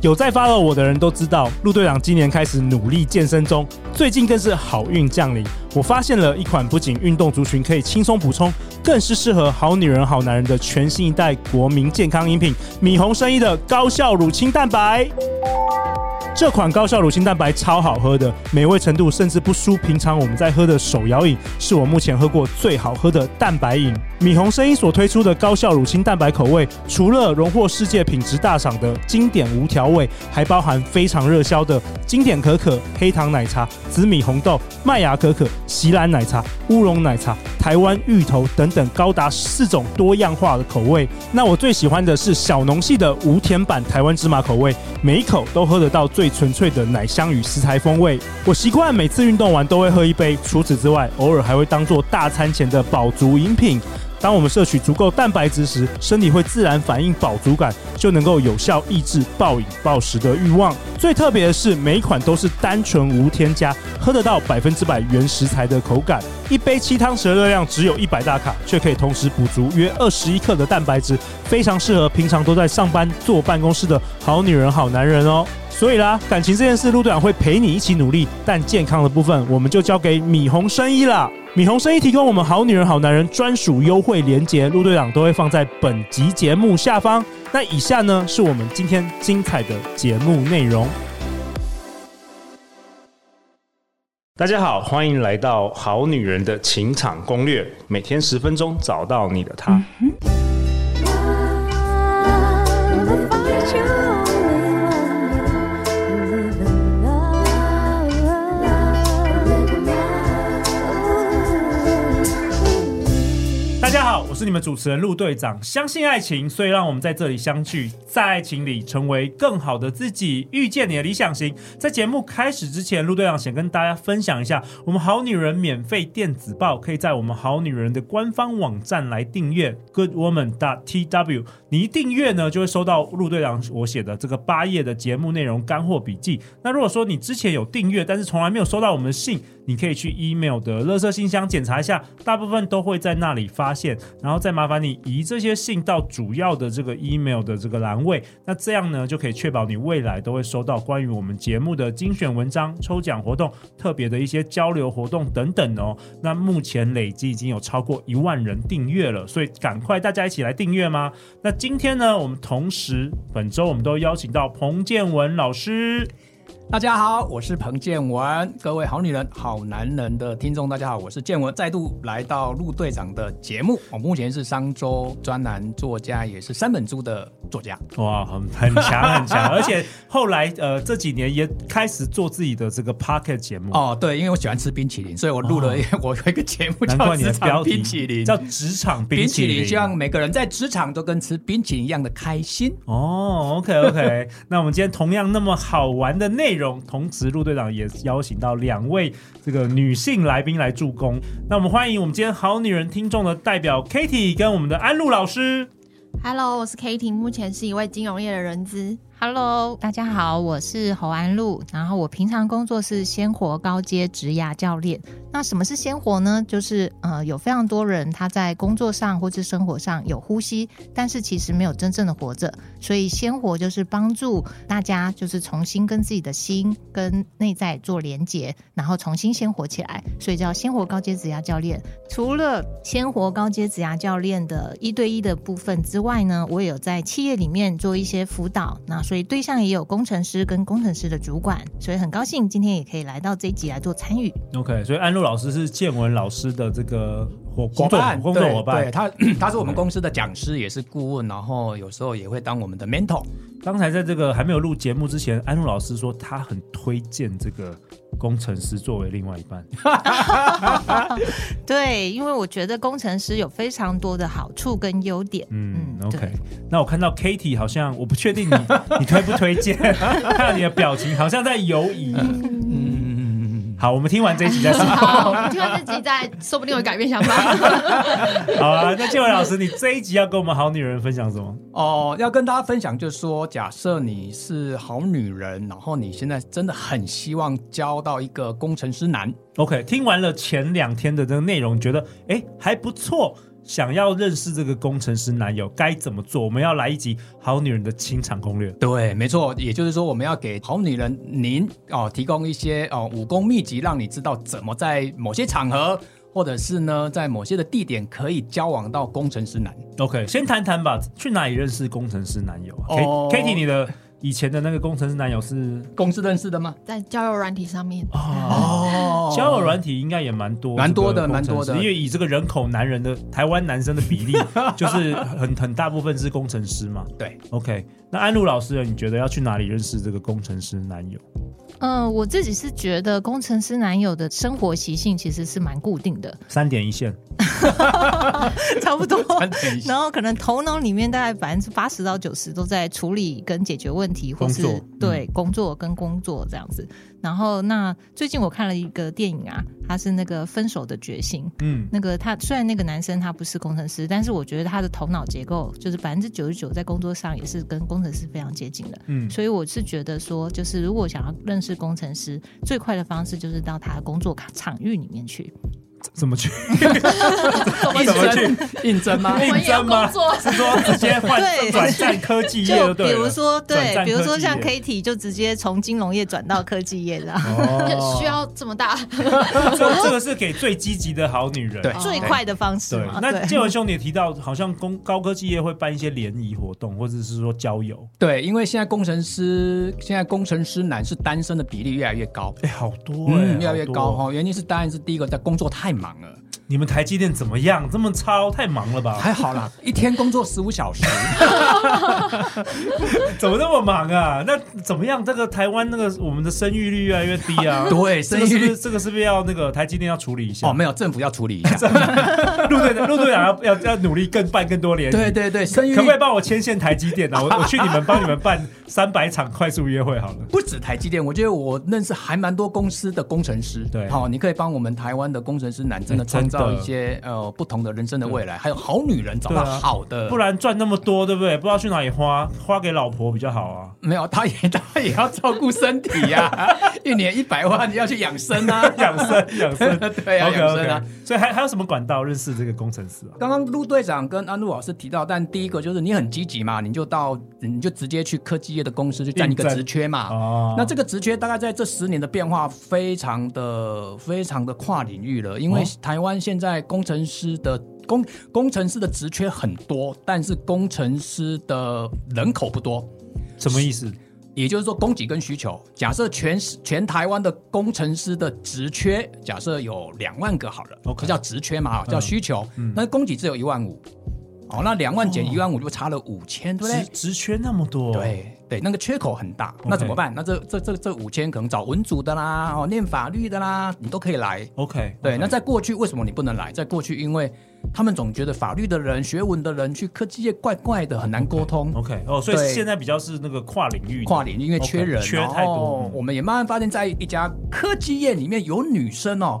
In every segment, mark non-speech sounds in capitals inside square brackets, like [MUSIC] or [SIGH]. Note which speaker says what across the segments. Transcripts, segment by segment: Speaker 1: 有在 follow 我的人都知道，陆队长今年开始努力健身中，最近更是好运降临。我发现了一款不仅运动族群可以轻松补充，更是适合好女人、好男人的全新一代国民健康饮品——米红生医的高效乳清蛋白。这款高效乳清蛋白超好喝的，美味程度甚至不输平常我们在喝的手摇饮，是我目前喝过最好喝的蛋白饮。米红生医所推出的高效乳清蛋白口味，除了荣获世界品质大赏的经典无调味，还包含非常热销的经典可可、黑糖奶茶、紫米红豆、麦芽可可、席兰奶茶、乌龙奶茶、台湾芋头等等高达四种多样化的口味。那我最喜欢的是小农系的无甜版台湾芝麻口味，每一口都喝得到最纯粹的奶香与食材风味。我习惯每次运动完都会喝一杯，除此之外，偶尔还会当做大餐前的饱足饮品。当我们摄取足够蛋白质时，身体会自然反应饱足感，就能够有效抑制暴饮暴食的欲望。最特别的是，每一款都是单纯无添加，喝得到百分之百原食材的口感。一杯七汤匙的热量只有一百大卡，却可以同时补足约二十一克的蛋白质，非常适合平常都在上班坐办公室的好女人、好男人哦。所以啦，感情这件事，陆队长会陪你一起努力，但健康的部分我们就交给米红生医啦。米红生意提供我们好女人、好男人专属优惠链接，陆队长都会放在本集节目下方。那以下呢是我们今天精彩的节目内容。大家好，欢迎来到《好女人的情场攻略》，每天十分钟，找到你的他。
Speaker 2: Love will find you only when you live in love. Live in love.
Speaker 1: 大家好，我是你们主持人陆队长。相信爱情，所以让我们在这里相聚，在爱情里成为更好的自己，遇见你的理想型。在节目开始之前，陆队长想跟大家分享一下，我们好女人免费电子报可以在我们好女人的官方网站来订阅，Good Woman T W。你一订阅呢，就会收到陆队长我写的这个八页的节目内容干货笔记。那如果说你之前有订阅，但是从来没有收到我们的信，你可以去 email 的垃圾信箱检查一下，大部分都会在那里发现，然后再麻烦你移这些信到主要的这个 email 的这个栏位，那这样呢就可以确保你未来都会收到关于我们节目的精选文章、抽奖活动、特别的一些交流活动等等哦。那目前累计已经有超过一万人订阅了，所以赶快大家一起来订阅吗？那今天呢，我们同时本周我们都邀请到彭建文老师。
Speaker 3: 大家好，我是彭建文，各位好女人、好男人的听众，大家好，我是建文，再度来到陆队长的节目。我目前是商周专栏作家，也是三本书的作家。
Speaker 1: 哇，很很强很强，而且后来呃这几年也开始做自己的这个 pocket 节目，
Speaker 3: 哦，对，因为我喜欢吃冰淇淋，所以我录了、 [LAUGHS] 我有一个节目
Speaker 1: 哦难
Speaker 3: 叫
Speaker 1: 怪
Speaker 3: 《
Speaker 1: 你的
Speaker 3: 职
Speaker 1: 标
Speaker 3: 场
Speaker 1: 题
Speaker 3: 冰淇淋》，
Speaker 1: 叫职场冰
Speaker 3: 冰
Speaker 1: 淇
Speaker 3: 淇
Speaker 1: 淋。
Speaker 3: 淋，希望每个人在职场都跟吃冰淇淋一样的开心。
Speaker 1: 哦，OK OK，那 [LAUGHS] 我们今天同样那么好玩的内容，同时陆队长也邀请到两位这个女性来宾来助攻。那我们欢迎我们今天好女人听众的代表 Kitty 跟我们的安陆老师。
Speaker 4: Hello，我是 Katie，目前是一位金融业的人资。
Speaker 5: Hello，大家好，我是侯安露。然后我平常工作是鲜活高阶职涯教练。那什么是鲜活呢？就是呃，有非常多人他在工作上或是生活上有呼吸，但是其实没有真正的活着。所以鲜活就是帮助大家就是重新跟自己的心跟内在做连接，然后重新鲜活起来。所以叫鲜活高阶职涯教练。除了鲜活高阶职涯教练的一对一的部分之外呢，我也有在企业里面做一些辅导，那所以对象也有工程师跟工程师的主管，所以很高兴今天也可以来到这一集来做参与。
Speaker 1: OK，所以安陆老师是建文老师的这个伙
Speaker 3: 伙
Speaker 1: 工作
Speaker 3: 伴，
Speaker 1: 工作
Speaker 3: 对
Speaker 1: 伙
Speaker 3: 对
Speaker 1: 伴。
Speaker 3: 他 [CLEARS THROAT] 他是我们公司的讲师，也是顾问，然后有时候也会当我们的 mentor。
Speaker 1: 刚才在这个还没有录节目之前，安陆老师说他很推荐这个工程师作为另外一半。
Speaker 5: 对，因为我觉得工程师有非常多的好处跟优点。
Speaker 1: 嗯
Speaker 5: 对
Speaker 1: ，OK。那我看到 Katie 好像我不确定你 [LAUGHS] 你推不推荐， [LAUGHS] 看到你的表情好像在犹疑。
Speaker 3: 嗯，
Speaker 1: 好，我们听完这一集再说。
Speaker 4: 好，我们听完这集再，说不定会改变想
Speaker 1: 哦
Speaker 4: 法。
Speaker 1: 好啊，那建伟老师，你这一集要跟我们好女人分享什么？
Speaker 3: 哦，要跟大家分享，就是说，假设你是好女人，然后你现在真的很希望交到一个工程师男，
Speaker 1: OK，听完了前两天的这个内容，觉得哎还不错，想要认识这个工程师男友该怎么做？我们要来一集《好女人的情场攻略》。
Speaker 3: 对，没错，也就是说，我们要给好女人您哦提供一些哦武功秘籍，让你知道怎么在某些场合，或者是呢在某些的地点可以交往到工程师男。
Speaker 1: OK，先谈谈吧，去哪里认识工程师男友啊、
Speaker 3: 哦
Speaker 1: k a t i e 你的以前的那个工程师男友是
Speaker 3: 公司认识的吗？
Speaker 4: 在交友软体上面，
Speaker 3: 哦
Speaker 1: 交友软体应该也蛮多，
Speaker 3: 蛮多的
Speaker 1: 这个工程师
Speaker 3: 蛮多的
Speaker 1: 因为以这个人口男人的台湾男生的比
Speaker 3: [LAUGHS]
Speaker 1: 例，就是很很大部分是工程师嘛。
Speaker 3: 对
Speaker 1: ，OK，那安陆老师呢，你觉得要去哪里认识这个工程师男友？
Speaker 5: 嗯，我自己是觉得工程师男友的生活习性其实是蛮固定的，
Speaker 1: 三点一线，[LAUGHS]
Speaker 5: 差不多。
Speaker 3: 安全一下
Speaker 5: 然后可能头脑里面大概百分之八十到九十都在处理跟解决问题，或
Speaker 1: 工
Speaker 5: 是
Speaker 1: 作嗯
Speaker 5: 对工作跟工作这样子。然后那最近我看了一个电影啊，它是那个《分手的决心》。
Speaker 1: 嗯，
Speaker 5: 那个他虽然那个男生他不是工程师，但是我觉得他的头脑结构就是百分之九十九在工作上也是跟工程师非常接近的。
Speaker 1: 嗯
Speaker 5: 所以我是觉得说，就是如果想要认识工程师，最快的方式就是到他的工作场域里面去。
Speaker 1: 怎么去？
Speaker 3: 应征应征吗？
Speaker 1: 应征吗？是说直接换
Speaker 5: 对
Speaker 1: 转战科技业
Speaker 5: 就
Speaker 1: 就
Speaker 5: 比
Speaker 1: 对了
Speaker 5: 如说，
Speaker 1: 转战
Speaker 5: 对，比如
Speaker 1: 科
Speaker 5: 说
Speaker 1: 技
Speaker 5: 像
Speaker 1: 业
Speaker 5: Kitty 就直接从金融业转到科技业啦，
Speaker 1: 哦
Speaker 4: 需要这么大，
Speaker 1: 所 [LAUGHS] 以这个是给最积极的好女人。
Speaker 3: 对
Speaker 5: 最快的方式
Speaker 1: 哦对
Speaker 5: 嘛。，
Speaker 1: 那
Speaker 5: 对
Speaker 1: 建文兄你也提到，好像工高科技业会办一些联谊活动，或者是说交友，
Speaker 3: 对，因为现在工程师现在工程师男是单身的比例越来越高。
Speaker 1: 哎，好多哎，
Speaker 3: 嗯，越来越
Speaker 1: 好多
Speaker 3: 高哈、哦，原因是当然是第一个，在工作太忙了，
Speaker 1: 你们台积电怎么样？这么超，太忙了吧？
Speaker 3: 还好啦，一天工作十五小时，
Speaker 1: 啊怎么那么忙啊？那怎么样？这个台湾那个我们的生育率越来越低
Speaker 3: [LAUGHS]
Speaker 1: 啊。
Speaker 3: 对，
Speaker 1: 这
Speaker 3: 生
Speaker 1: 个
Speaker 3: 育
Speaker 1: 是不
Speaker 3: 率
Speaker 1: 是这个是不是要那个台积电要处理一下？
Speaker 3: 哦，没有，政府要处
Speaker 1: [LAUGHS]
Speaker 3: 理一下，
Speaker 1: 陆队长陆队长要要要努力更办更多联谊。
Speaker 3: 对对对，生育
Speaker 1: 可不可以
Speaker 3: 率
Speaker 1: 帮我牵线台积电啊？我我去你们帮你们办三百场快速约会好了。
Speaker 3: 不止台积电，我觉得我认识还蛮多公司的工程师，
Speaker 1: 对
Speaker 3: 好、你可以帮我们台湾的工程师男真的
Speaker 1: 哎真
Speaker 3: 创
Speaker 1: 的
Speaker 3: 造一些呃不同的人生的未来，还有好女人找
Speaker 1: 对
Speaker 3: 到
Speaker 1: 啊
Speaker 3: 好的，
Speaker 1: 不然赚那么多，对不对？不知道去哪里花，花给老婆比较好啊。
Speaker 3: 没有，他也他也要照顾身体呀、
Speaker 1: [LAUGHS]
Speaker 3: 一年一百万要去 [LAUGHS] 养生啊，
Speaker 1: 养生， [LAUGHS] 养生，
Speaker 3: [LAUGHS] 对啊
Speaker 1: OK，
Speaker 3: 养生啊
Speaker 1: OK 所以还还有什么管道认识这个工程师啊？
Speaker 3: 刚刚陆队长跟安陆老师提到，但第一个就是你很积极嘛，你就到你就直接去科技业的公司去占一个
Speaker 1: 应征
Speaker 3: 职缺嘛。
Speaker 1: 哦
Speaker 3: 那这个职缺大概在这十年的变化非常的非常的跨领域了，因为
Speaker 1: 哦
Speaker 3: 台湾现在工程师的工工程师的职缺很多，但是工程师的人口不多。
Speaker 1: 什么意思？
Speaker 3: 也就是说，供给跟需求。假设全全台湾的工程师的职缺，假设有两万个好了，
Speaker 1: OK 嗯
Speaker 3: 这叫职缺嘛，叫需求。那供给只有一万五，哦，那两万减一万五就差了五千，对不
Speaker 1: 职
Speaker 3: 对？
Speaker 1: 职缺那么多，，
Speaker 3: 对对，那个缺口很大，那怎么办？那这这这这五千可能找文组的啦，哦，念法律的啦，你都可以来。
Speaker 1: ，OK，
Speaker 3: 对，那在过去为什么你不能来？在过去，因为他们总觉得法律的人、学文的人去科技业怪怪的，很难沟通。
Speaker 1: OK，哦，所以
Speaker 3: 对
Speaker 1: 现在比较是那个跨领域的，
Speaker 3: 跨领域，因为缺人
Speaker 1: OK，缺
Speaker 3: 然后
Speaker 1: 太多
Speaker 3: 我们也慢慢发现，在一家科技业里面，有女生哦，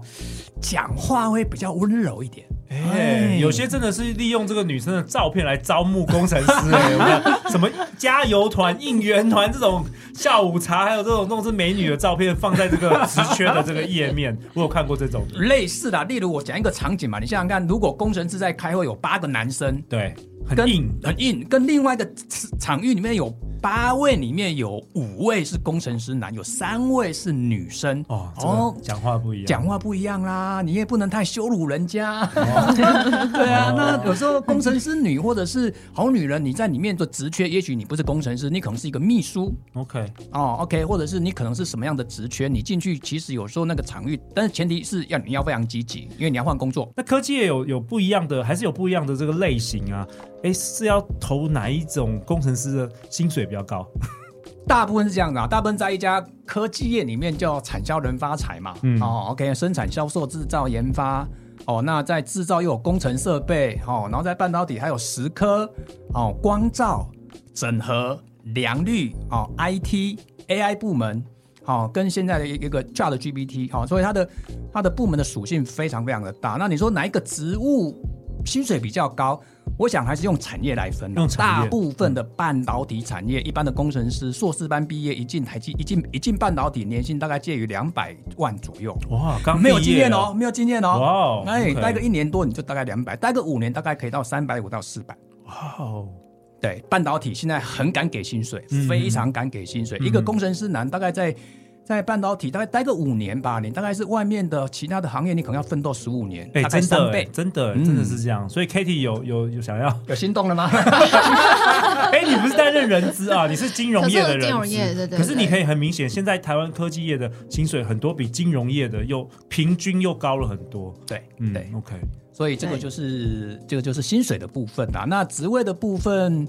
Speaker 3: 讲话会比较温柔一点。
Speaker 1: 哎，有些真的是利用这个女生的照片来招募工程师，
Speaker 3: [LAUGHS]
Speaker 1: 哎，我看什么加油团、应援团这种下午茶，还有这种弄是美女的照片放在这个职缺的这个页面，我有看过这种的，
Speaker 3: 类似的啊，例如我讲一个场景嘛，你想想看，如果工程师在开会有八个男生，
Speaker 1: 对，很
Speaker 3: 跟
Speaker 1: 硬，
Speaker 3: 很硬，跟另外一个场域里面有八位，里面有五位是工程师男，有三位是女生。
Speaker 1: 哦，这个讲话不一样，
Speaker 3: 讲话不一样啦，你也不能太羞辱人家。
Speaker 1: 哦
Speaker 3: [LAUGHS] 对啊，那有时候工程师女或者是好女人，你在里面的职缺，也许你不是工程师，你可能是一个秘书
Speaker 1: OK，
Speaker 3: 哦，OK，或者是你可能是什么样的职缺，你进去其实有时候那个场域，但是前提是要你要非常积极，因为你要换工作。
Speaker 1: 那科技也有有不一样的，还是有不一样的这个类型啊？哎，是要投哪一种工程师的薪水比较高？
Speaker 3: 大部分是这样的、啊，大部分在一家科技业里面叫产销人发财嘛。
Speaker 1: 嗯
Speaker 3: 哦，OK，生产、销售、制造、研发。哦，那在制造又有工程设备，哦，然后在半导体还有石科，哦，光照、整合、良率，哦，IT、AI 部门，哦，跟现在的一个 Chat GPT，哦，所以它的它的部门的属性非常非常的大。那你说哪一个职务薪水比较高？我想还是用产业来分啊
Speaker 1: 用产业
Speaker 3: 大部分的半导体产业，一般的工程师硕士班毕业一进台积，一进一进半导体，年薪大概介于两百万左右。
Speaker 1: 哇，刚
Speaker 3: 没有
Speaker 1: 毕
Speaker 3: 经
Speaker 1: 业
Speaker 3: 验
Speaker 1: 了
Speaker 3: 哦，，没有经验
Speaker 1: 哇
Speaker 3: 哦
Speaker 1: 哦，
Speaker 3: 哎，
Speaker 1: OK
Speaker 3: 待个一年多你就大概两百，待个五年大概可以到三百五到四百。
Speaker 1: 哇哦，
Speaker 3: 对，半导体现在很敢给薪水，
Speaker 1: 嗯
Speaker 3: 非常敢给薪水。一个工程师男大概在在半导体大概待个五年吧，你大概是外面的其他的行业，你可能要奋斗十五年，
Speaker 1: 哎、
Speaker 3: 大
Speaker 1: 真
Speaker 3: 概
Speaker 1: 的、
Speaker 3: 三
Speaker 1: 哎
Speaker 3: 倍。
Speaker 1: 真的、
Speaker 3: 嗯
Speaker 1: 真的是这样。所以 Kitty 有有有想要， [LAUGHS]
Speaker 3: 有心动了吗？
Speaker 1: 哎、你不是担任人资啊，你是金融业的人资，
Speaker 4: 可是我是金融业对对对
Speaker 1: 可是你可以很明显，现在台湾科技业的薪水很多比金融业的又平均又高了很多。
Speaker 3: 对
Speaker 1: 嗯
Speaker 3: 对，
Speaker 1: ，OK，
Speaker 3: 所以这个
Speaker 4: 对
Speaker 3: 就是这个就是薪水的部分啊。那职位的部分，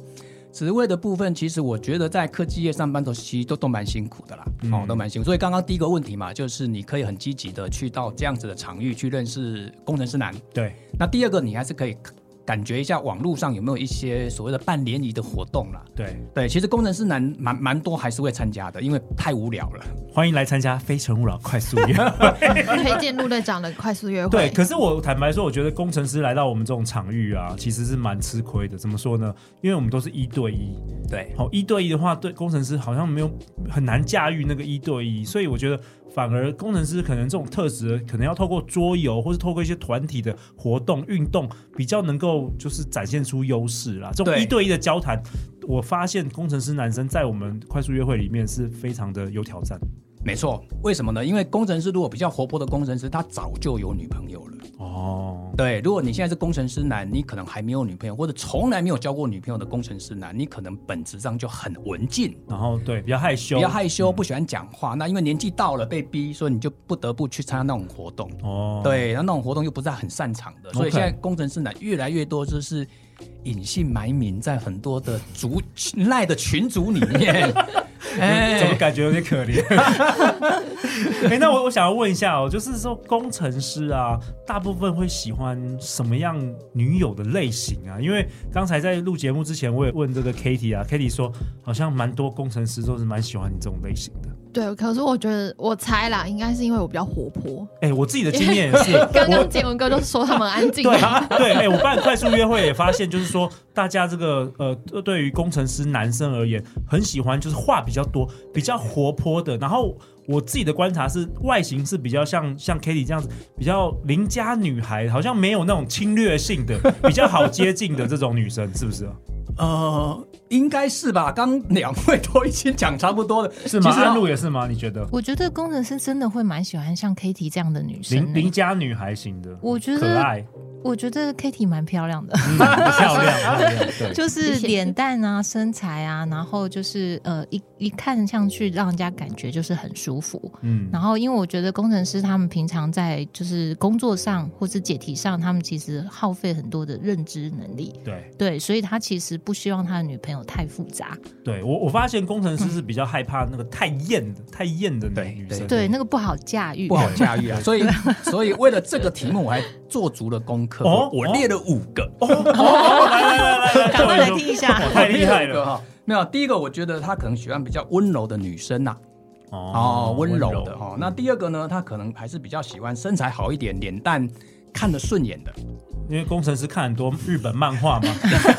Speaker 3: 职位的部分，其实我觉得在科技业上班都其实都都蛮辛苦的啦，
Speaker 1: 嗯
Speaker 3: 哦，都蛮辛苦。所以刚刚第一个问题嘛，就是你可以很积极的去到这样子的场域去认识工程师男。
Speaker 1: 对，
Speaker 3: 那第二个，你还是可以感觉一下网络上有没有一些所谓的办联谊的活动啦。
Speaker 1: 对，
Speaker 3: 对，其实工程师男蛮蛮多还是会参加的，因为太无聊了。
Speaker 1: 欢迎来参加《非诚勿扰》快速约。
Speaker 4: 推荐陆队长的快速约
Speaker 1: 对，
Speaker 4: 会。
Speaker 1: 可是我坦白说，我觉得工程师来到我们这种场域啊，其实是蛮吃亏的。怎么说呢？因为我们都是一对一，
Speaker 3: 对，
Speaker 1: 好一对一的话，对工程师好像没有很难驾驭那个一对一，所以我觉得反而工程师可能这种特质，可能要透过桌游或是透过一些团体的活动、运动，比较能够就是展现出优势啦。这种
Speaker 3: 对
Speaker 1: 一对一的交谈，我发现工程师男生在我们快速约会里面是非常的有挑战
Speaker 3: 没错。为什么呢？因为工程师如果比较活泼的工程师，他早就有女朋友了。
Speaker 1: 哦。
Speaker 3: 对，如果你现在是工程师男，你可能还没有女朋友，或者从来没有交过女朋友的工程师男，你可能本质上就很文静，
Speaker 1: 然后对，比较害羞，
Speaker 3: 比较害羞，不喜欢讲话。那因为年纪到了被逼，所以你就不得不去参加那种活动。
Speaker 1: 哦，
Speaker 3: 对，那那种活动又不是很擅长的，所以
Speaker 1: OK
Speaker 3: 现在工程师男越来越多就是隐姓埋名在很多的族赖的群组里 [LAUGHS] 面。
Speaker 1: 怎么
Speaker 3: 哎，
Speaker 1: 感觉有点可怜？哎、那我我想要问一下哦，就是说工程师啊，大部分会喜欢什么样女友的类型啊？因为刚才在录节目之前，我也问这个 Kitty 啊，Kitty 说好像蛮多工程师都是蛮喜欢你这种类型的。
Speaker 4: 对，可是我觉得我猜啦，应该是因为我比较活泼。
Speaker 1: 哎、我自己的经验也是，
Speaker 4: [LAUGHS] 刚
Speaker 1: 我
Speaker 4: 刚建文哥就说他们安静，
Speaker 1: 对啊，对，哎、我办快速约会也发现，就是说大家这个呃，对于工程师男生而言，很喜欢就是话比较多、比较活泼的。然后我自己的观察是，外形是比较像像 k a t i e 这样子，比较邻家女孩，好像没有那种侵略性的，比较好接近的这种女生，是不啊
Speaker 3: [LAUGHS]
Speaker 1: 是？
Speaker 3: 呃，应该是吧？刚两位都已经讲差不多了，
Speaker 1: 是吗？
Speaker 3: 其实啊
Speaker 1: 安陆也是吗？你觉得
Speaker 5: 我觉得工程师真的会蛮喜欢像 Kitty 这样的女生、
Speaker 1: 邻
Speaker 5: 欸
Speaker 1: 邻。家女孩型的，
Speaker 5: 我觉得
Speaker 1: 可爱、
Speaker 5: 我觉得 Kitty 蛮漂亮的， [LAUGHS]
Speaker 1: 嗯漂亮、漂亮，对。
Speaker 5: 就是
Speaker 4: 谢谢
Speaker 5: 脸蛋啊、身材啊，然后就是呃，一一看上去让人家感觉就是很舒服。
Speaker 1: 嗯
Speaker 5: 然后，因为我觉得工程师他们平常在就是工作上或是解题上，他们其实耗费很多的认知能力，
Speaker 1: 对
Speaker 5: 对，所以他其实不希望他的女朋友太复杂，
Speaker 1: 对，我我发现工程师是比较害怕那个太艳的、太艳的
Speaker 3: 对
Speaker 1: 女女生。
Speaker 5: 嗯对，那个不好驾驭，
Speaker 3: 不好驾驭啊。所以，所以为了这个题目，我还做足了功课，
Speaker 1: 哦
Speaker 3: 我列了五个，
Speaker 1: 哦来来来来来，
Speaker 5: [LAUGHS] 赶快来
Speaker 1: 这位
Speaker 5: 听一下
Speaker 1: 说哦太厉害
Speaker 3: [LAUGHS]
Speaker 1: 了！
Speaker 3: 哈。没有，第一个我觉得他可能喜欢比较温柔的女生呐、啊哦，温柔的哦。那第二个呢，他可能还是比较喜欢身材好一点、脸蛋看得
Speaker 1: [LAUGHS]
Speaker 3: 顺眼的。
Speaker 1: 因为工程师看很多日本漫画
Speaker 3: [LAUGHS]
Speaker 1: 嘛，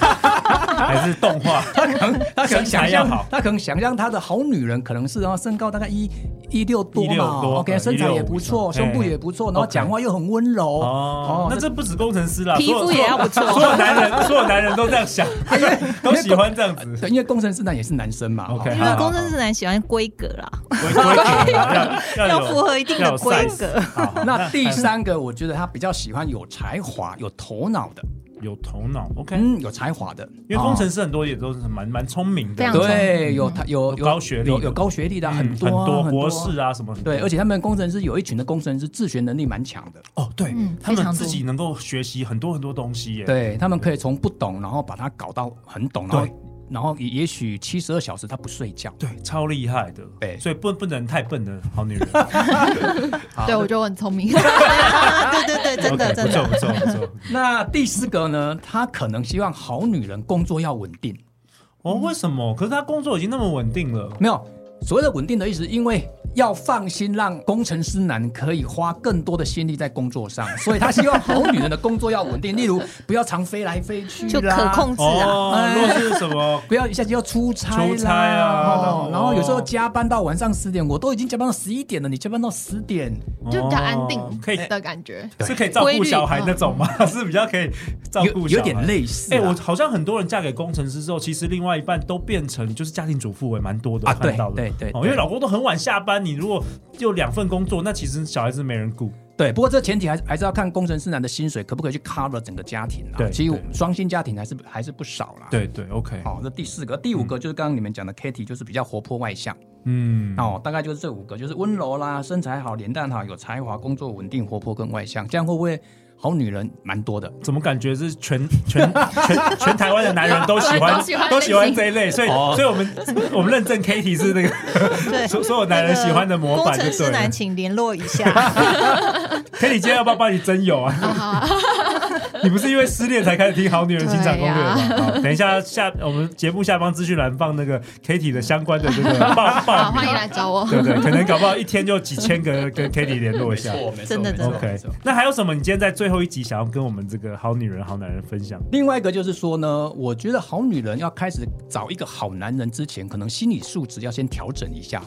Speaker 1: 还是动画，
Speaker 3: 他可能他可
Speaker 1: 身材
Speaker 3: 能想
Speaker 1: 要
Speaker 3: 象
Speaker 1: 好
Speaker 3: 他可能想象他的好女人可能是啊，身高大概一一六多嘛
Speaker 1: 1.6多
Speaker 3: o k
Speaker 1: 嗯
Speaker 3: 身材也
Speaker 1: 1.6
Speaker 3: 不错，
Speaker 1: 以上
Speaker 3: 胸部
Speaker 1: 嘿
Speaker 3: 也不错，然后
Speaker 1: OK
Speaker 3: 讲话又很温柔
Speaker 1: 哦，那这不止工程师啦，
Speaker 5: 皮肤也要不错
Speaker 1: 所有所有男人，所有男人都这样
Speaker 3: [LAUGHS]
Speaker 1: 想，都喜欢这样子。
Speaker 3: 对，因为工程师那也是男生嘛
Speaker 1: OK，
Speaker 3: 哦
Speaker 5: 因为工程师男喜欢规格啦，
Speaker 1: 我
Speaker 3: [LAUGHS]
Speaker 1: 我要
Speaker 5: [LAUGHS] 要
Speaker 1: 有
Speaker 5: 符合一定
Speaker 1: 要有
Speaker 5: 的规
Speaker 1: size
Speaker 5: 格。
Speaker 1: 好好
Speaker 3: 那第三个，我觉得他比较喜欢有才华、有头脑的，
Speaker 1: 有头脑，OK，
Speaker 3: 嗯，有才华的，
Speaker 1: 因为工程
Speaker 3: 哦
Speaker 1: 师很多也都是蛮蛮聪明的
Speaker 5: 非常，聪明
Speaker 3: 对有他有
Speaker 1: 有高学历的
Speaker 3: 有有高学历的
Speaker 1: 嗯
Speaker 3: 很多啊
Speaker 1: 多
Speaker 3: 很
Speaker 1: 博士啊什么很多，
Speaker 3: 对，而且他们工程师有一群的工程师自学能力蛮强的，
Speaker 1: 哦，对
Speaker 5: 嗯
Speaker 1: 他
Speaker 5: 非
Speaker 1: 们
Speaker 5: 常
Speaker 1: 自
Speaker 5: 多
Speaker 1: 己能够学习很多很多东西耶，
Speaker 3: 对他们可以从不懂，然后把它搞到很懂，然
Speaker 1: 对
Speaker 3: 后然后也也许七十二小时他不睡觉。
Speaker 1: 对，超厉害的，
Speaker 3: 对
Speaker 1: 所以不不能太笨的好女人，
Speaker 4: 对我觉得我很
Speaker 1: [LAUGHS]
Speaker 4: 聪明。
Speaker 5: 对对对，真的
Speaker 1: OK，
Speaker 5: 真的，
Speaker 1: 不错不错不错。
Speaker 3: 那第四个呢，他可能希望好女人工作要稳定，
Speaker 1: 哦，为什么？可是他工作已经那么稳定了，
Speaker 3: 没有。所谓的稳定的意思，因为要放心让工程师男可以花更多的心力在工作上，所以他希望好女人的工作要稳定，例如不要常飞来飞去啦，
Speaker 5: 就可控制啊。
Speaker 1: 哦，若是什
Speaker 5: [LAUGHS]
Speaker 1: 么
Speaker 3: 不要一下就要出差啦
Speaker 1: 出差啊
Speaker 3: 哦，然后有时候
Speaker 1: 哦
Speaker 3: 加班到晚上十点，我都已经加班到十一点了，你加班到十点，
Speaker 4: 就比较安
Speaker 1: 哦
Speaker 4: 定
Speaker 1: 可以
Speaker 4: 的感觉。
Speaker 1: 是可以照
Speaker 4: 规
Speaker 1: 顾
Speaker 4: 律
Speaker 1: 小孩那种吗？[LAUGHS]
Speaker 5: 嗯
Speaker 1: 是比较可以照
Speaker 3: 有
Speaker 1: 顾小
Speaker 3: 有
Speaker 1: 孩，
Speaker 3: 点类似啊
Speaker 1: 哎、
Speaker 3: 啦。
Speaker 1: 我好像很多人嫁给工程师之后，其实另外一半都变成就是家庭主妇，也蛮多的，
Speaker 3: 啊
Speaker 1: 我看到的。
Speaker 3: 对对对
Speaker 1: 哦，
Speaker 3: 对
Speaker 1: 因为老公都很晚下班，你如果就两份工作，那其实小孩子没人顾。
Speaker 3: 对，不过这前提还是还是要看工程师男的薪水可不可以去 cover 整个家庭啦。
Speaker 1: 对
Speaker 3: 其实我
Speaker 1: 对
Speaker 3: 双薪家庭还是还是不少啦。，
Speaker 1: 对嗯对，OK，
Speaker 3: 好、这第四个，第五个就是刚刚你们讲的 Kitty，就是比较活泼外向、
Speaker 1: 嗯，
Speaker 3: 哦，大概就是这五个，就是温柔啦、身材好、脸蛋好、有才华、工作稳定、活泼跟外向，这样会不会好女人蛮多的？
Speaker 1: 怎么感觉是全全全全台湾的男人都喜欢
Speaker 4: 都喜
Speaker 1: [LAUGHS]
Speaker 4: 欢
Speaker 1: 都喜欢
Speaker 4: 类型
Speaker 1: 这一类，所以、
Speaker 3: 哦
Speaker 1: 所以我们 [LAUGHS] 我们认证 Kitty 是那个
Speaker 5: 对，
Speaker 1: 所所有男人喜欢的模板
Speaker 5: 那
Speaker 1: 就
Speaker 5: 个工程
Speaker 1: 对
Speaker 5: 师
Speaker 1: 了
Speaker 5: 男，。请联络一下。
Speaker 1: Kitty 今天要不要帮你征
Speaker 4: [LAUGHS]
Speaker 1: 友啊？ [LAUGHS] 你不是因为失恋才开始听《好女人情场攻略》吗？好，等一下下我们节目下方资讯栏放那个 Kitty 的相关的
Speaker 4: [LAUGHS]
Speaker 1: 这个报报
Speaker 4: 好，
Speaker 1: 名
Speaker 4: 欢迎来找我。
Speaker 1: 对不对？可能搞不好一天就几千个跟 Kitty 联络一下。
Speaker 3: 没
Speaker 5: 错真的没错
Speaker 1: OK，那还有什么？你今天在最后一集想要跟我们这个好女人、好男人分享？
Speaker 3: 另外一个就是说呢，我觉得好女人要开始找一个好男人之前，可能心理素质要先调整一下。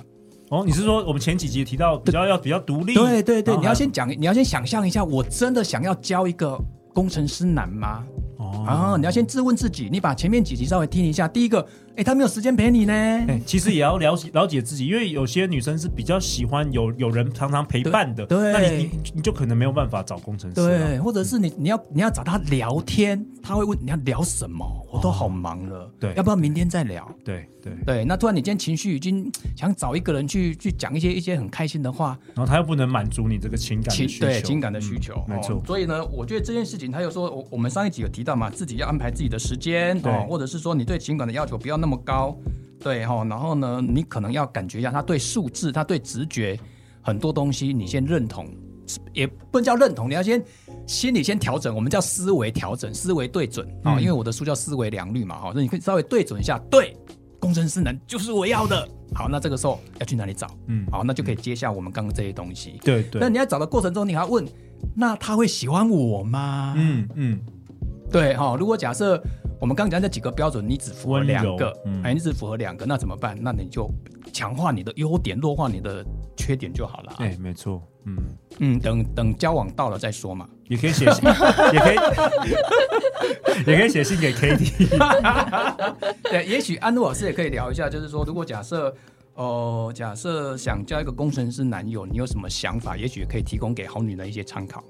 Speaker 1: 哦，你是说我们前几集提到比较要比较独立？
Speaker 3: 对对对，
Speaker 1: 然后
Speaker 3: 你要先讲，你要先想象一下，我真的想要交一个工程师男吗？
Speaker 1: 哦。
Speaker 3: 啊，你要先质问自己，你把前面几集稍微听一下。第一个，哎，他没有时间陪你呢。
Speaker 1: 哎，其实也要了解了解自己，因为有些女生是比较喜欢有有人常常陪伴的，
Speaker 3: 对对
Speaker 1: 那你你你就可能没有办法找工程师、啊。
Speaker 3: 对，或者是你你要你要找他聊天，他会问你要聊什么，我都好忙了，
Speaker 1: 哦对
Speaker 3: 要不要明天再聊？
Speaker 1: 对对，
Speaker 3: 对，那突然你今天情绪已经想找一个人去去讲一些一些很开心的话，
Speaker 1: 然后他又不能满足你这个情感的
Speaker 3: 情
Speaker 1: 需求，
Speaker 3: 对情感的需求，
Speaker 1: 嗯没错
Speaker 3: 哦。所以呢，我觉得这件事情，他又说，我我们上一集有提到嘛，自己要安排自己的时间，
Speaker 1: 对
Speaker 3: 哦，或者是说你对情感的要求不要那么高，对哈、哦。然后呢，你可能要感觉一下他对数字，他对直觉很多东西，你先认同，也不能叫认同，你要先心里先调整，我们叫思维调整，思维对准啊、哦
Speaker 1: 嗯
Speaker 3: 因为我的书叫《思维良率》嘛，哈、哦，所以你可以稍微对准一下，对，工程师能就是我要的。好，那这个时候要去哪里找？
Speaker 1: 嗯
Speaker 3: 嗯，好，那就可以接下我们刚刚这些东西。
Speaker 1: 对对，
Speaker 3: 那你在找的过程中，你还要问，那他会喜欢我吗？嗯，
Speaker 1: 嗯嗯，
Speaker 3: 对哈、如果假设我们刚刚讲这几个标准，你只符合
Speaker 1: 温柔
Speaker 3: 两个，
Speaker 1: 嗯
Speaker 3: 哎，你只符合两个，那怎么办？那你就强化你的优点，弱化你的缺点就好了啊。
Speaker 1: 哎、没错，嗯，
Speaker 3: 嗯，等等交往到了再说嘛。
Speaker 1: 也可以写
Speaker 3: [LAUGHS]
Speaker 1: 信，也可以，也可以写信给 Kitty。
Speaker 3: 对，哎也许安陆老师也可以聊一下，就是说，如果假设。哦，假设想交一个工程师男友，你有什么想法？也许可以提供给好女人一些参考。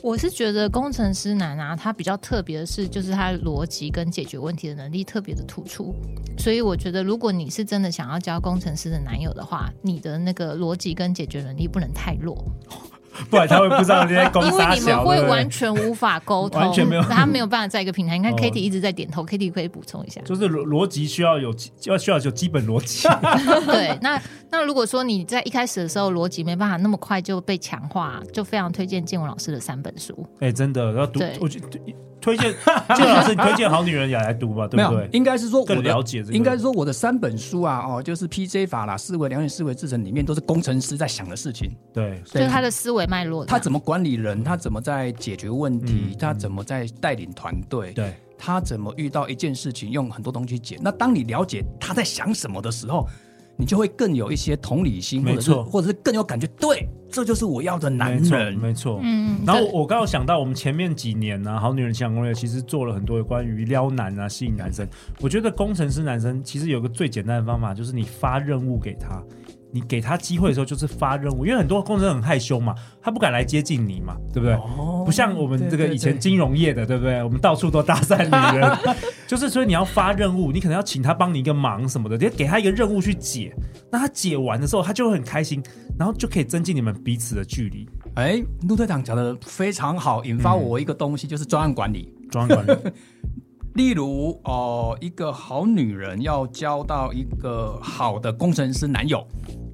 Speaker 5: 我是觉得工程师男啊，他比较特别的是，就是他的逻辑跟解决问题的能力特别的突出。所以我觉得，如果你是真的想要交工程师的男友的话，你的那个逻辑跟解决能力不能太弱，
Speaker 1: [LAUGHS] 不然他会不知道这些公
Speaker 5: 因为
Speaker 1: 杀
Speaker 5: 你们
Speaker 1: 哦小，
Speaker 5: 会
Speaker 1: 对不
Speaker 5: 完
Speaker 1: 对？
Speaker 5: 全无法沟通，
Speaker 1: 完全没有
Speaker 5: [LAUGHS] 他没有办法在一个平台。你看
Speaker 1: 哦
Speaker 5: k a t i e 一直在点头 k a t i e 可以补充
Speaker 1: [LAUGHS]
Speaker 5: 一下。
Speaker 1: 就是逻逻辑需要有基，要需要有基本逻辑。
Speaker 5: 对，那那如果说你在一开始的时候逻辑没办法那么快就被强化，就非常推荐建文老师的三本书。
Speaker 1: 哎、真的，要读
Speaker 5: 对，
Speaker 1: 我觉得推荐建老师，你推荐好女人也来读吧，对不
Speaker 3: 没有
Speaker 1: 对，？
Speaker 3: 应该是说我的
Speaker 1: 更了解这个
Speaker 3: 应该是说我的三本书啊，哦，就是 PJ 法啦、思维良率、思维制程里面都是工程师在想的事情，
Speaker 1: 对，
Speaker 5: 就是他的思维脉络这
Speaker 3: 他
Speaker 5: 样，
Speaker 3: 怎么管理人，他怎么在解决问题，
Speaker 1: 嗯
Speaker 3: 他怎么在带领团队，
Speaker 1: 对，
Speaker 3: 他怎么遇到一件事情用很多东西解。那当你了解他在想什么的时候，你就会更有一些同理心，或
Speaker 1: 没
Speaker 3: 者是
Speaker 1: 错
Speaker 3: 或者是更有感觉，对，这就是我要的男
Speaker 1: 没错
Speaker 3: 人。
Speaker 1: 没错，
Speaker 5: 嗯，
Speaker 1: 然后
Speaker 5: 对
Speaker 1: 我我刚有想到，我们前面几年呢、好女人情感攻略》其实做了很多有关于撩男啊、吸引男生。我觉得工程师男生其实有个最简单的方法，就是你发任务给他，你给他机会的时候就是发任务，因为很多工程师很害羞嘛，他不敢来接近你嘛，对不对？
Speaker 3: 哦
Speaker 1: 不像我们这个
Speaker 3: 对对
Speaker 1: 以前
Speaker 3: 对
Speaker 1: 金融业的，对不对？我们到处都搭讪女
Speaker 3: [LAUGHS]
Speaker 1: 人，就是所以你要发任务，你可能要请他帮你一个忙什么的，你要给他一个任务去解。那他解完的时候，他就会很开心，然后就可以增进你们彼此的距离。
Speaker 3: 哎，陆队长讲的非常好，引
Speaker 1: 嗯
Speaker 3: 发我一个东西，就是专案管理。
Speaker 1: 专案管理。
Speaker 3: [LAUGHS] 例如，哦、一个好女人要交到一个好的工程师男友，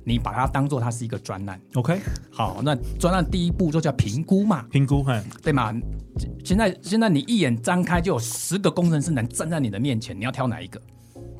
Speaker 3: 你把它当做它是一个专案。
Speaker 1: OK，
Speaker 3: 好，那专案第一步就叫评估嘛，
Speaker 1: 评估，嘿，
Speaker 3: 对吗？现在现在你一眼张开就有十个工程师男站在你的面前，你要挑哪一个？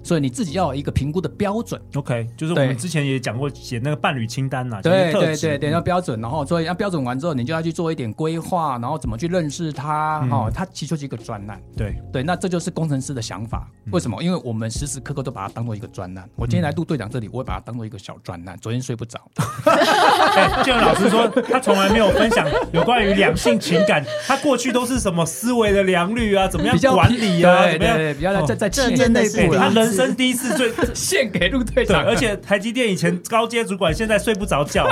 Speaker 3: 所以你自己要有一个评估的标准。
Speaker 1: OK，就是我们
Speaker 3: 对
Speaker 1: 之前也讲过写那个伴侣清单啦，啊
Speaker 3: 对
Speaker 1: 就是
Speaker 3: 对
Speaker 1: 特质
Speaker 3: 对，对，要标准，然后所以要标准完之后，你就要去做一点规划，然后怎么去认识它，
Speaker 1: 嗯
Speaker 3: 哦，它其实就是一个专栏，
Speaker 1: 对，
Speaker 3: 对，那这就是工程师的想法。
Speaker 1: 嗯
Speaker 3: 为什么？因为我们时时刻刻都把它当做一个专栏。我今天来陆队长这里，我会把它当做一个小专栏。昨天睡不着，
Speaker 1: 哎建文老师说他从来没有分享有关于两性情感，他过去都是什么思维的良率啊，怎么样
Speaker 3: [LAUGHS] 比较
Speaker 1: 管理啊，
Speaker 3: 对
Speaker 1: 怎么样，
Speaker 3: 对，比较在在在
Speaker 5: 这
Speaker 3: 企业
Speaker 5: 真的
Speaker 3: 内
Speaker 5: 是啊
Speaker 1: 哎
Speaker 3: 部
Speaker 5: 我
Speaker 3: 啦
Speaker 1: 他
Speaker 5: 要
Speaker 1: 人生第一次最
Speaker 3: [LAUGHS] 献给陆
Speaker 1: 对，
Speaker 3: 队长，
Speaker 1: 而且台积电以前高阶主管现在睡不着
Speaker 3: [LAUGHS]
Speaker 1: 觉。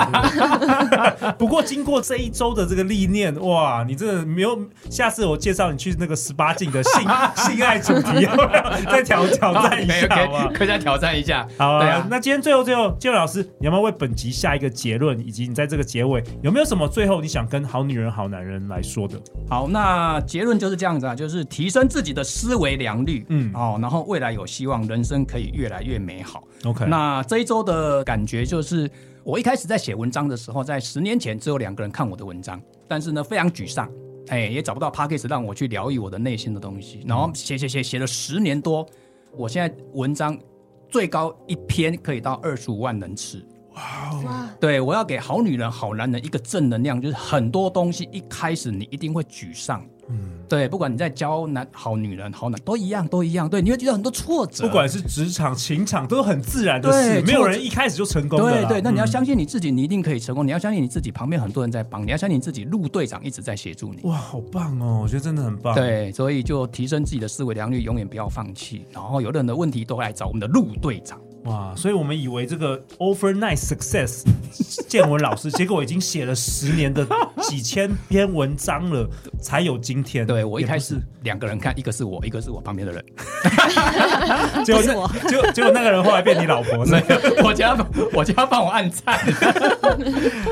Speaker 1: [LAUGHS] 不过经过这一周的这个历练，哇，你真的没有，下次我介绍你去那个十八禁的
Speaker 3: [LAUGHS]
Speaker 1: 性性爱主题，要不要再挑挑战一
Speaker 3: 没有
Speaker 1: 下好不
Speaker 3: 可
Speaker 1: 好
Speaker 3: 以？可以再挑战一下。
Speaker 1: 好
Speaker 3: 对
Speaker 1: 啊
Speaker 3: 啊，
Speaker 1: 那今天最后最后，建文老师，你要不要为本集下一个结论，以及你在这个结尾有没有什么最后你想跟好女人、好男人来说的？
Speaker 3: 好，那结论就是这样子啊，就是提升自己的思维良率，
Speaker 1: 嗯
Speaker 3: 嗯，哦，然后未来有希望，人生可以越来越美好。
Speaker 1: OK
Speaker 3: 那这一周的感觉就是，我一开始在写文章的时候，在十年前只有两个人看我的文章，但是呢，非常沮丧，哎，也找不到 p a c k a g e 让我去疗愈我的内心的东西。然后写写写写了十年多，我现在文章最高一篇可以到二十五万人次。
Speaker 4: 哇，
Speaker 3: 对，我要给好女人、好男人一个正能量，就是很多东西一开始你一定会沮丧，
Speaker 1: 嗯，
Speaker 3: 对，不管你在教男好女人、好男都一样，都一样，对，你会觉得很多挫折，
Speaker 1: 不管是职场、情场，都是很自然的
Speaker 3: 对
Speaker 1: 事，没有
Speaker 3: 挫折
Speaker 1: 人一开始就成功的
Speaker 3: 对
Speaker 1: 啦。
Speaker 3: 对，那你
Speaker 1: 嗯
Speaker 3: 要相信你自己，你一定可以成功，你要相信你自己，旁边很多人在帮，你要相信你自己，陆队长一直在协助你。
Speaker 1: 哇，好棒哦！我觉得真的很棒。。
Speaker 3: 对，所以就提升自己的思维良率，永远不要放弃。然后有任何问题都会来找我们的陆队长。
Speaker 1: 哇，所以我们以为这个 overnight success 建文老师，结果已经写了十年的几千篇文章了，才有今天。
Speaker 3: 对我一开始
Speaker 1: 也
Speaker 3: 两个人看，一个是我，一个是我旁边的人。 [LAUGHS]
Speaker 1: 不是，结果那结果结果那个人后来变你老
Speaker 3: [LAUGHS]
Speaker 1: 婆是
Speaker 3: 没
Speaker 1: 吧
Speaker 3: 有，我家我家帮我按赞。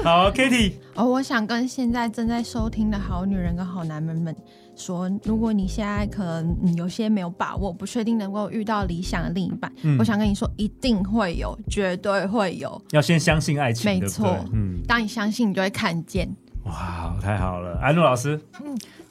Speaker 1: 好，Kitty，
Speaker 4: 哦，我想跟现在正在收听的好女人跟好男人们说，如果你现在可能嗯有些没有把握，不确定能够遇到理想的另一半，
Speaker 1: 嗯
Speaker 4: 我想跟你说，一定会有，绝对会有。
Speaker 1: 要先相信爱情，
Speaker 4: 没
Speaker 1: 对不对
Speaker 4: 错
Speaker 1: 嗯，
Speaker 4: 当你相信，你就会看见。
Speaker 1: 哇，太好了，安陆老师，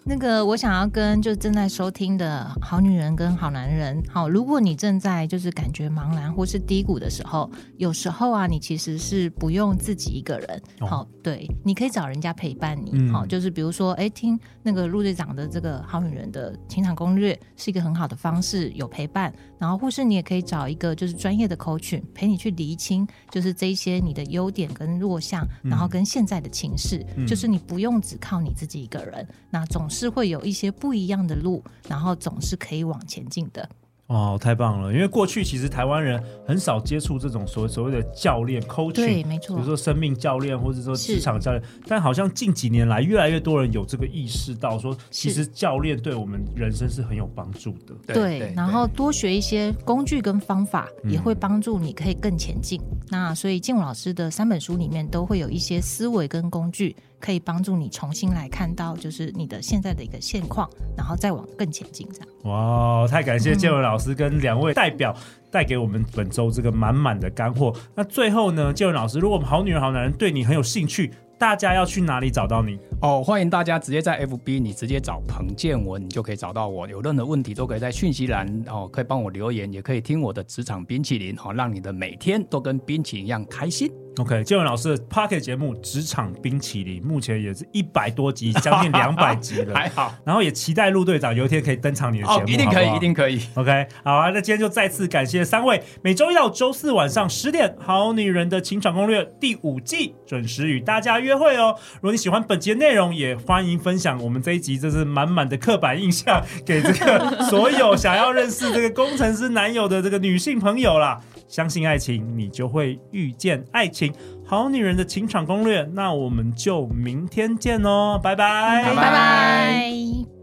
Speaker 5: 那个，我想要跟就是正在收听的好女人跟好男人，好，如果你正在就是感觉茫然或是低谷的时候，有时候啊，你其实是不用自己一个人，
Speaker 1: 哦
Speaker 5: 好，对，你可以找人家陪伴你，
Speaker 1: 嗯
Speaker 5: 好，就是比如说，哎，听那个陆队长的这个好女人的情场攻略是一个很好的方式，有陪伴，然后或是你也可以找一个就是专业的 coach 陪你去厘清，就是这一些你的优点跟弱项，然后跟现在的情势，
Speaker 1: 嗯
Speaker 5: 就是你不用只靠你自己一个人，那总是会有一些不一样的路，然后总是可以往前进的。
Speaker 1: 哦，太棒了，因为过去其实台湾人很少接触这种所所谓的教练 coaching，
Speaker 5: 对，没
Speaker 1: 比
Speaker 5: 错
Speaker 1: 如，说生命教练，或者说
Speaker 5: 是
Speaker 1: 职场教练，但好像近几年来，越来越多人有这个意识到说，其实教练对我们人生是很有帮助的。
Speaker 5: 对，然后多学一些工具跟方法，也
Speaker 1: 嗯
Speaker 5: 会帮助你可以更前进。那所以建武老师的三本书里面都会有一些思维跟工具，可以帮助你重新来看到就是你的现在的一个现况，然后再往更前进这样。
Speaker 1: 哇，太感谢建文老师跟两位代表带给我们本周这个满满的干货。那最后呢，建文老师，如果我们好女人好男人对你很有兴趣，大家要去哪里找到你？
Speaker 3: 哦，欢迎大家直接在 FB，你直接找彭建文，你就可以找到我。有任何问题都可以在讯息栏哦，可以帮我留言，也可以听我的职场冰淇淋哦，让你的每天都跟冰淇淋一样开心。
Speaker 1: OK，建文老师的 Pocket 节目《职场冰淇淋》目前也是一百多集，将近两百集了。
Speaker 3: [LAUGHS] 还好
Speaker 1: 然后也期待陆队长有一天可以登场你的节目，
Speaker 3: 哦，一定可
Speaker 1: 好不
Speaker 3: 以，
Speaker 1: 好
Speaker 3: 一定可以。
Speaker 1: OK，好啊，那今天就再次感谢三位。每周一到周四晚上十点，《好女人的情场攻略》第五季准时与大家约会哦。如果你喜欢本节内容，也欢迎分享我们这一集，这是满满的刻板印象给这个所有想要认识这个工程师男友的这个女性朋友啦。相信爱情，你就会遇见爱情。好女人的情场攻略，那我们就明天见哦，拜拜
Speaker 3: 拜
Speaker 5: 拜拜